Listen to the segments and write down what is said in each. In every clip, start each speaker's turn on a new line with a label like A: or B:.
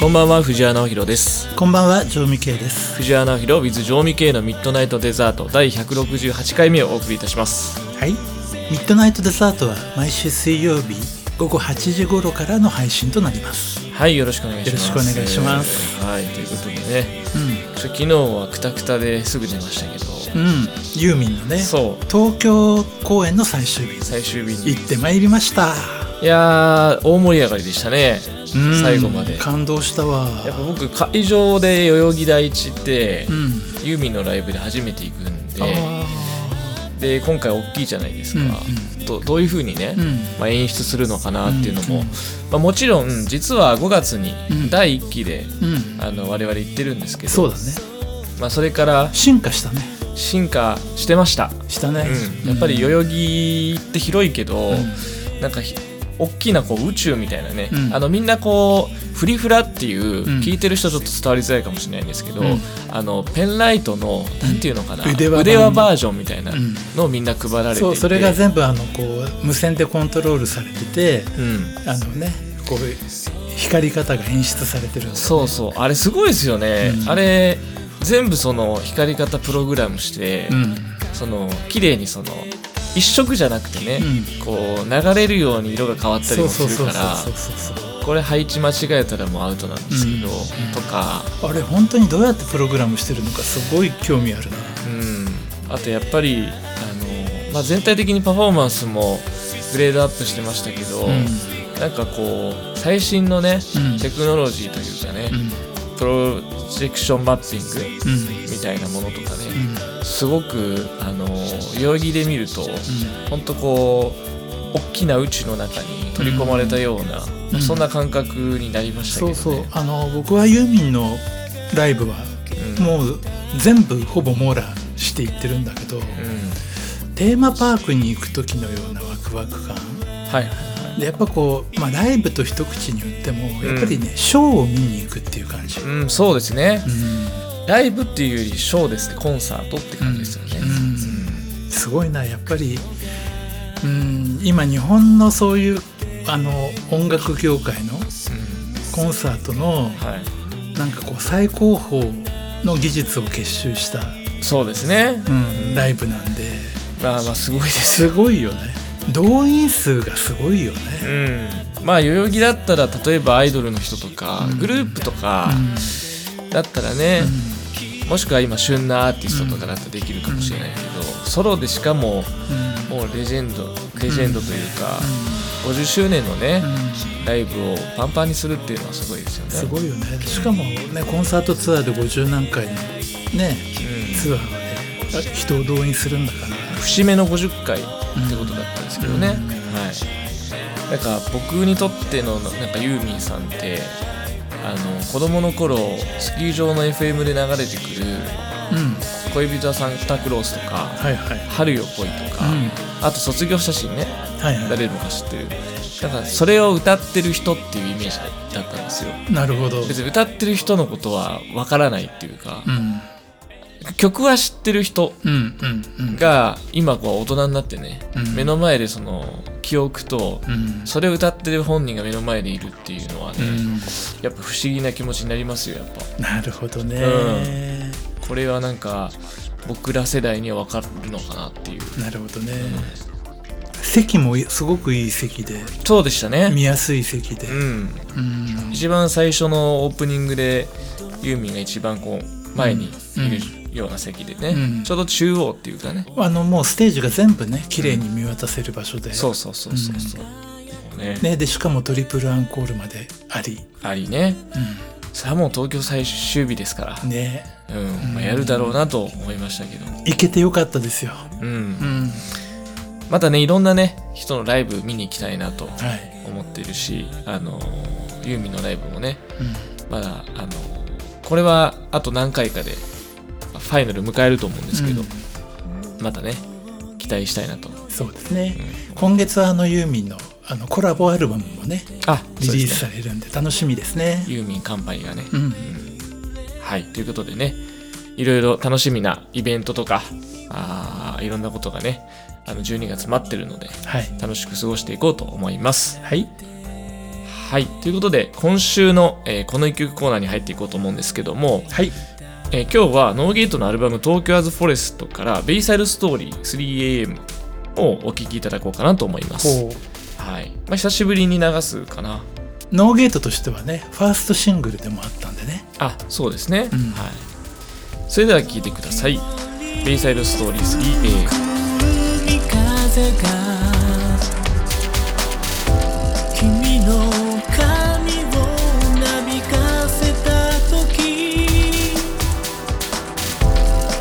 A: こんばんは藤原直弘です
B: こんばんは、ジョーミケイです。
A: 藤原直弘 with 常味系のミッドナイトデザート第168回目をお送りいたします
B: はい。ミッドナイトデザートは毎週水曜日午後8時頃からの配信となります。
A: はいよろしくお願いします
B: よろしくお願いします
A: えーはいということでね
B: う
A: ちょ昨日はクタクタですぐ出ましたけど
B: ん。うん。ユーミンのね、
A: そう
B: 東京公演の最終日、
A: 最終日に
B: 行ってまいりました。
A: いやー大盛り上がりでしたね
B: うん
A: 最後まで
B: 感動したわ。
A: やっぱ僕会場で代々木第一って
B: うん。
A: ユーミンのライブで初めて行くんで
B: あ
A: で今回大きいじゃないですか、
B: うん
A: どどういうふうにね、
B: ーうん。
A: まあ、演出するのかなっていうのも、
B: うん
A: まあ、もちろん実は5月に
B: うん
A: 第1期で、
B: うん。
A: あの我々行ってるんですけど
B: そうだね。
A: まあ、それから
B: 進化したね。
A: 進化してました、
B: したね。
A: うん、やっぱり代々木って広いけど、
B: うん
A: なんかひ大きなこう宇宙みたいなね、
B: うん
A: あのみんなこうフリフラっていう、
B: うん
A: 聞いてる人ちょっと伝わりづらいかもしれないんですけど、
B: うん
A: あのペンライトのなんていうのかな、
B: うん腕輪版
A: バージョンみたいな
B: うん
A: のをみんな配られていて、
B: そう、それが全部あの、こう、無線でコントロールされてて、
A: うん、
B: あのね、こう光り方が演出されてるんです
A: そうそうあれすごいですよね、
B: うん
A: あれ全部その光り方プログラムして、
B: うん
A: その綺麗にその一色じゃなくてね、
B: う
A: こう流れるように色が変わったり
B: そう
A: もす
B: そう
A: る
B: そうそう
A: から
B: そうそうそ
A: これ配置間違えたらもうアウトなんですけど、
B: うん
A: とか、
B: うあれ本当にどうやってプログラムしてるのかすごい興味あるな
A: うん、あとやっぱりあの、まあ、全体的にパフォーマンスもグレードアップしてましたけど、
B: う
A: なんかこう最新のね、
B: うん
A: テクノロジーというかね、
B: ん
A: プロジェクションマッピング、
B: うん
A: みたいなものとか
B: う
A: ね、
B: ん
A: すごくあの代々木で見ると、ほんとこう大きな宇宙の中に取り込まれたような、
B: うん
A: そんな感覚になりましたけど
B: そう
A: ね。
B: そうあの僕はユーミンのライブは
A: うん
B: もう全部ほぼ網羅していってるんだけど
A: うん
B: テーマパークに行く時のようなワクワク感
A: はい
B: でやっぱこう、まあ、ライブと一口に言ってもやっぱりね、ショーを見に行くっていう感じ、
A: うん、そうですね、
B: うん
A: ライブっていうよりショーですねコンサートって感じですよね、
B: うんすごいなやっぱりうん今日本のそういうあの音楽業界の
A: うん
B: コンサートの
A: は
B: なんかこう最高峰の技術を結集した、
A: い、そうですね
B: うん、ライブなんで
A: まあまあすごいです
B: すごいよね動員数がすごいよね
A: う、んまあ代々木だったら例えばアイドルの人とか、
B: うん
A: グループとか
B: うん
A: だったらね、
B: う
A: もしくは今旬なアーティストとかだったらできるかもしれないけど、ソロでしかも
B: ん
A: もうレジェンドレジェンドというか、
B: う
A: 50周年のね、
B: んうん
A: ライブをパンパンにするっていうのはすごいですよね
B: すごいよねしかもねコンサートツアーで50何回のねツアーがね人を動員するんだから
A: うん、節目の50回ってことだったんですけどね、
B: うん
A: はいなんか僕にとってのなんかユーミンさんってあの子供の頃スキー場の FM で流れてくる
B: うん
A: 「恋人はサンタクロース」とか
B: はいはい
A: 「春よ来い」とか、
B: うん
A: あと卒業写真ね
B: はいはい
A: 誰もが知ってるなんかそれを歌ってる人っていうイメージだったんですよ
B: なるほど。
A: 別に歌ってる人のことはわからないっていうか
B: う、ん。
A: 曲は知ってる人
B: うんうんうん。
A: が今こう大人になってね、
B: うん
A: 目の前でその記憶と、
B: うん。
A: それを歌ってる本人が目の前でいるっていうのはね、
B: うん
A: やっぱ不思議な気持ちになりますよやっぱ
B: なるほどね。
A: これはなんか僕ら世代には分かるのかなっていう、
B: なるほどね。席もすごくいい席で、
A: そうでしたね
B: 見やすい席で
A: う。ん
B: うん。
A: 一番最初のオープニングでユーミンが一番こう前にいるような席でね、
B: うん
A: ちょうど中央っていうかね、
B: あの、もうステージが全部ね、綺麗に見渡せる場所で。
A: そうそうそうそうそう、ね
B: ね、で、しかもトリプルアンコールまであり。
A: ありね
B: う
A: それはもう東京最終日ですから
B: ん。、ね。
A: うんまあ、やるだろうなと思いましたけど、
B: 行けてよかったですよ。
A: うん
B: うん。
A: またねいろんなね人のライブ見に行きたいなと
B: はい。
A: 思ってるし、あのーユーミンのライブもね
B: うん
A: まだあのーこれはあと何回かでファイナル迎えると思うんですけど、またね期待したいなと
B: そうですね。今月はあのユーミンのあのコラボアルバムもね、
A: あ
B: リリース
A: そう
B: さ
A: で
B: れるんで楽しみですね
A: す。ねユーミンカンパニーがね、
B: うん。
A: はいということでねいろいろ楽しみなイベントとかあーいろんなことがねあの12月待ってるので
B: はい。
A: 楽しく過ごしていこうと思います
B: はい。
A: はいということで今週の、えーこの1曲コーナーに入っていこうと思うんですけども、
B: はい
A: えー今日はノーゲートのアルバム「東京アズフォレスト」から「ベイサイドストーリー 3AM」をお聴きいただこうかなと思います、
B: こ
A: はいまあ、久しぶりに流すかな
B: うノーゲートとしてはねファーストシングルでもあったんでね
A: あそうですね、
B: うん
A: はいそれでは聴いてください「ベイサイドストーリー 3AM」
C: 海風が君の髪をなびかせた時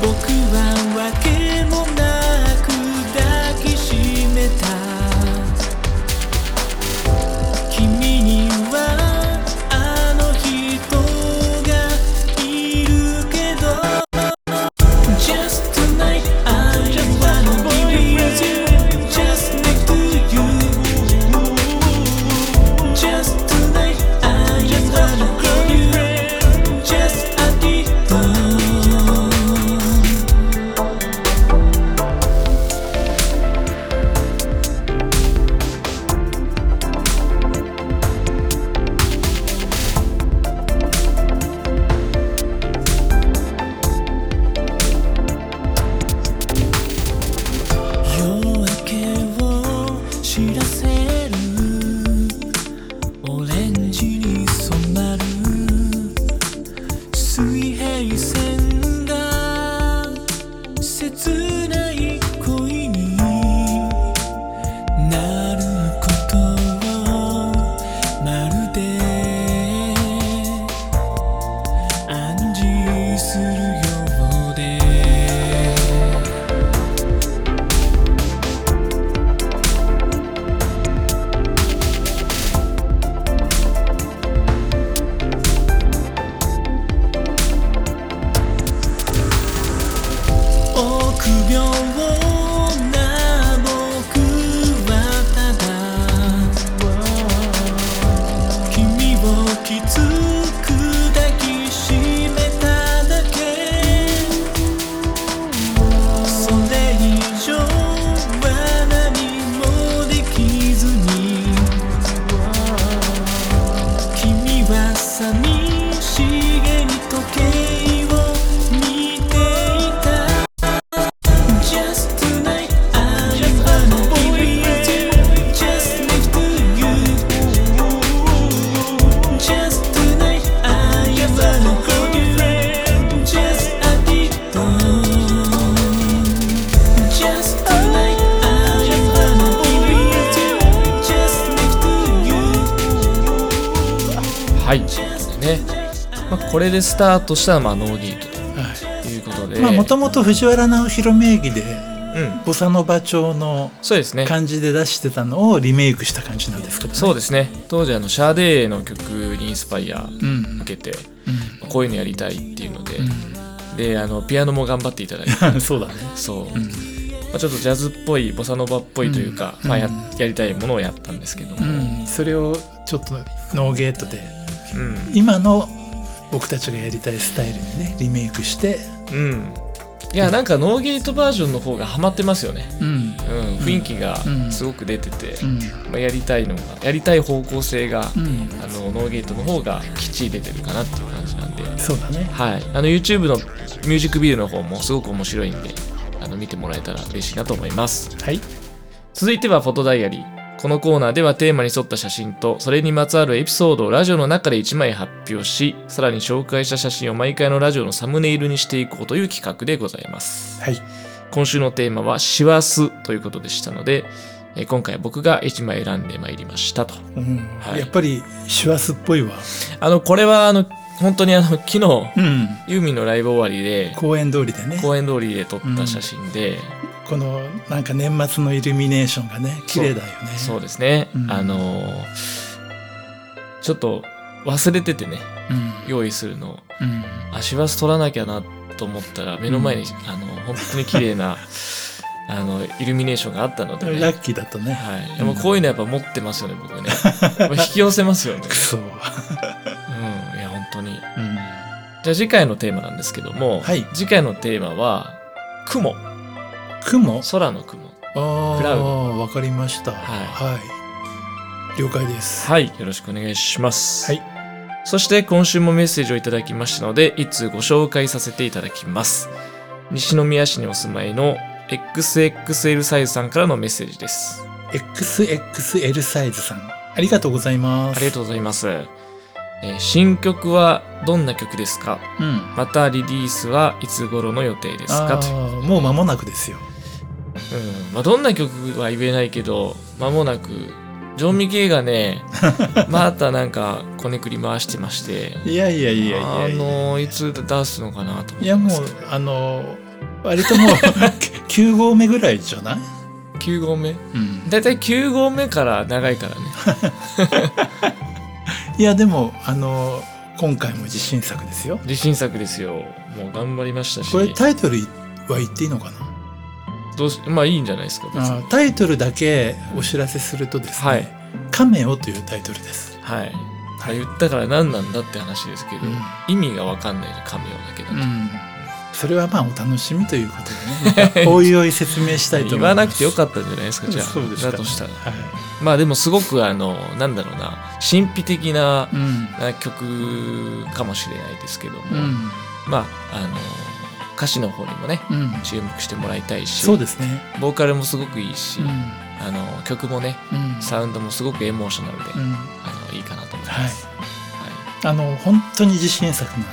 C: 僕はわけもなく抱きしめた君にはあの人がいるけど Just tonight, I just wanna be with you. Just next to you. Just tonight, I just wanna love you. Just a little. 夜明けを知らせるオレンジに染まる水平線が切ない恋になることをまるで暗示するようで臆病な僕はただ君をきつく抱きしめただけそれ以上は何もできずに君は寂しげに時計を見ていた Just tonight, I just wanna be with you. Just next to you. Just tonight, I just wanna hold you. Just a little. Just tonight, I just wanna be with you. Just next to you.
A: はいね、まあ、これでスタートしたのはまあノーゲート
B: は
A: ということで
B: いまあもともと藤原直弘名義で
A: うん
B: ボサノバ調の
A: そうですね
B: 感じで出してたのをリメイクした感じなんですけど、ね、
A: そうですね当時あのシャーデーの曲にインスパイア
B: うん
A: 受けて
B: う
A: こういうのやりたいっていうので、
B: ん
A: であのピアノも頑張っていただいて
B: うん、 そうだね、
A: そう、
B: う
A: ま
B: ん
A: あ、ちょっとジャズっぽいボサノバっぽいというか、
B: うん
A: まあ、や
B: うん
A: やりたいものをやったんですけども、
B: うん、それをちょっとノーゲートで
A: うん
B: 今の僕たちがやりたいスタイルにねリメイクして、
A: うんいやなんかノーゲートバージョンの方がハマってますよね、
B: うん
A: うん、雰囲気が
B: うん
A: すごく出てて、
B: うん
A: まあ、やりたいのがやりたい方向性が、
B: うん、
A: あのノーゲートの方がきっちり出てるかなっていう感じなんで、
B: そうだね
A: はい、あの YouTube のミュージックビデオの方もすごく面白いんであの見てもらえたら嬉しいなと思います
B: はい
A: 続いてはフォトダイアリーこのコーナーではテーマに沿った写真とそれにまつわるエピソードをラジオの中で1枚発表しさらに紹介した写真を毎回のラジオのサムネイルにしていこうという企画でございます
B: はい
A: 今週のテーマは「師走」ということでしたのでえー今回僕が1枚選んでまいりましたと
B: うん
A: はい
B: やっぱり師走っぽいわ、
A: あのこれはあの本当にあの昨日
B: うん、
A: ユーミンのライブ終わりで
B: 公園通りでね
A: 公園通りで撮った写真で、
B: このなんか年末のイルミネーションがね綺麗だよね、
A: そううですね、
B: うん
A: あのーちょっと忘れててね
B: ん
A: 用意するの
B: うん、
A: 足バス取らなきゃなと思ったら目の前に、あの本当に綺麗な あのイルミネーションがあったのでね、
B: ラッキーだったね、
A: はい、でもこういうのやっぱ持ってますよね僕ね やっぱ引き寄せますよね
B: くそ、うん、
A: うんいや本当にじゃあ次回のテーマなんですけども、
B: はい
A: 次回のテーマは雲
B: 雲
A: 空の雲
B: あ
A: クラウ
B: あわかりました
A: はい
B: はい了解です
A: はい、よろしくお願いします。
B: はい
A: そして今週もメッセージをいただきましたので、一通ご紹介させていただきます。西宮市にお住まいの XXL サイズさんからのメッセージです。
B: XXL サイズさんありがとうございま
A: あ
B: す
A: りがとうございます。えー新曲はどんな曲ですか
B: う、ん、
A: またリリースはいつ頃の予定ですか
B: あ
A: と
B: ーもう間もなくですよ
A: うんまあ、どんな曲は言えないけど間もなくジョン・ミケイが ねまたなんかこねくり回してまして
B: いやいやいやいや
A: あ
B: いや
A: のいつ出すのかなと思っ
B: い
A: て
B: や
A: ま
B: も
A: す
B: う
A: けど
B: あの割ともう 9合目ぐらいじゃない、
A: 9合目
B: うん、
A: だいたい9合目から長いからね
B: いやでもあの今回も自信作ですよ
A: 自信作ですよもう頑張りましたし
B: これタイトルは言っていいのかな
A: どうしまあいいんじゃないですか別
B: あ
A: に
B: ータイトルだけお知らせするとですね「
A: はい
B: カメオ」というタイトルです、
A: はい、言ったから何なんだって話ですけど、
B: うん
A: 意味がわかんないで神をだけだと、
B: それはまあお楽しみということ でねおいおい説明したいと思い
A: 言
B: ます
A: わなくてよ
B: っ
A: かったんじゃないですかじゃあ
B: そうですか
A: だとしたら
B: た、はい
A: まあでもすごくあのなんだろうな神秘的な
B: うん
A: あ曲かもしれないですけども、
B: うん
A: まああの歌詞の方にもね
B: うん、
A: 注目してもらいたいし
B: そうですね、
A: ボーカルもすごくいいし、
B: うん
A: あの曲もね
B: うん
A: サウンドもすごくエモーショナルで、
B: うん
A: あのいいかなと思い
B: は
A: ま
B: い
A: す。
B: あの本当に自信作なんで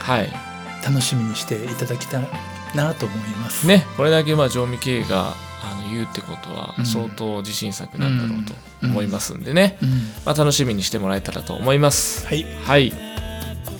A: はい、はい
B: 楽しみにしていただきたいなと思います
A: ねこれだけまあジョーミケイがあの言うってことは
B: うん
A: 相当自信作なんだろうと
B: うん
A: 思いますんでね、
B: うん
A: まあ、楽しみにしてもらえたらと思います。
B: はい
A: はい。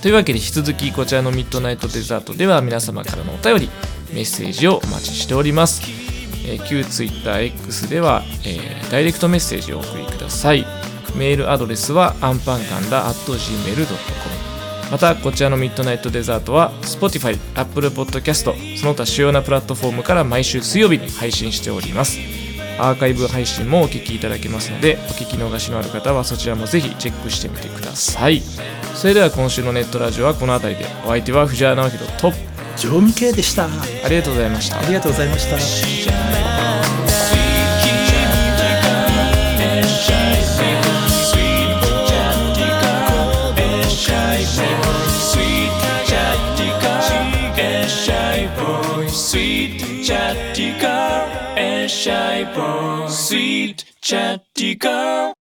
A: というわけで引き続きこちらのミッドナイトデザートでは皆様からのお便り、メッセージをお待ちしております。えー旧 TwitterX では、えーダイレクトメッセージをお送りください。メールアドレスはアンパンカンダ .gmail.com またこちらのミッドナイトデザートは Spotify、Apple Podcast その他主要なプラットフォームから毎週水曜日に配信しておりますアーカイブ配信もお聞きいただけますのでお聞き逃しのある方はそちらもぜひチェックしてみてくださいそれでは今週のネットラジオはこの辺りでお相手は藤原直弘と
B: 常味系でしたあ
A: ありがとうございました
B: りがとうございました
C: Sweet chatty girl, and shy boy. Sweet chatty girl.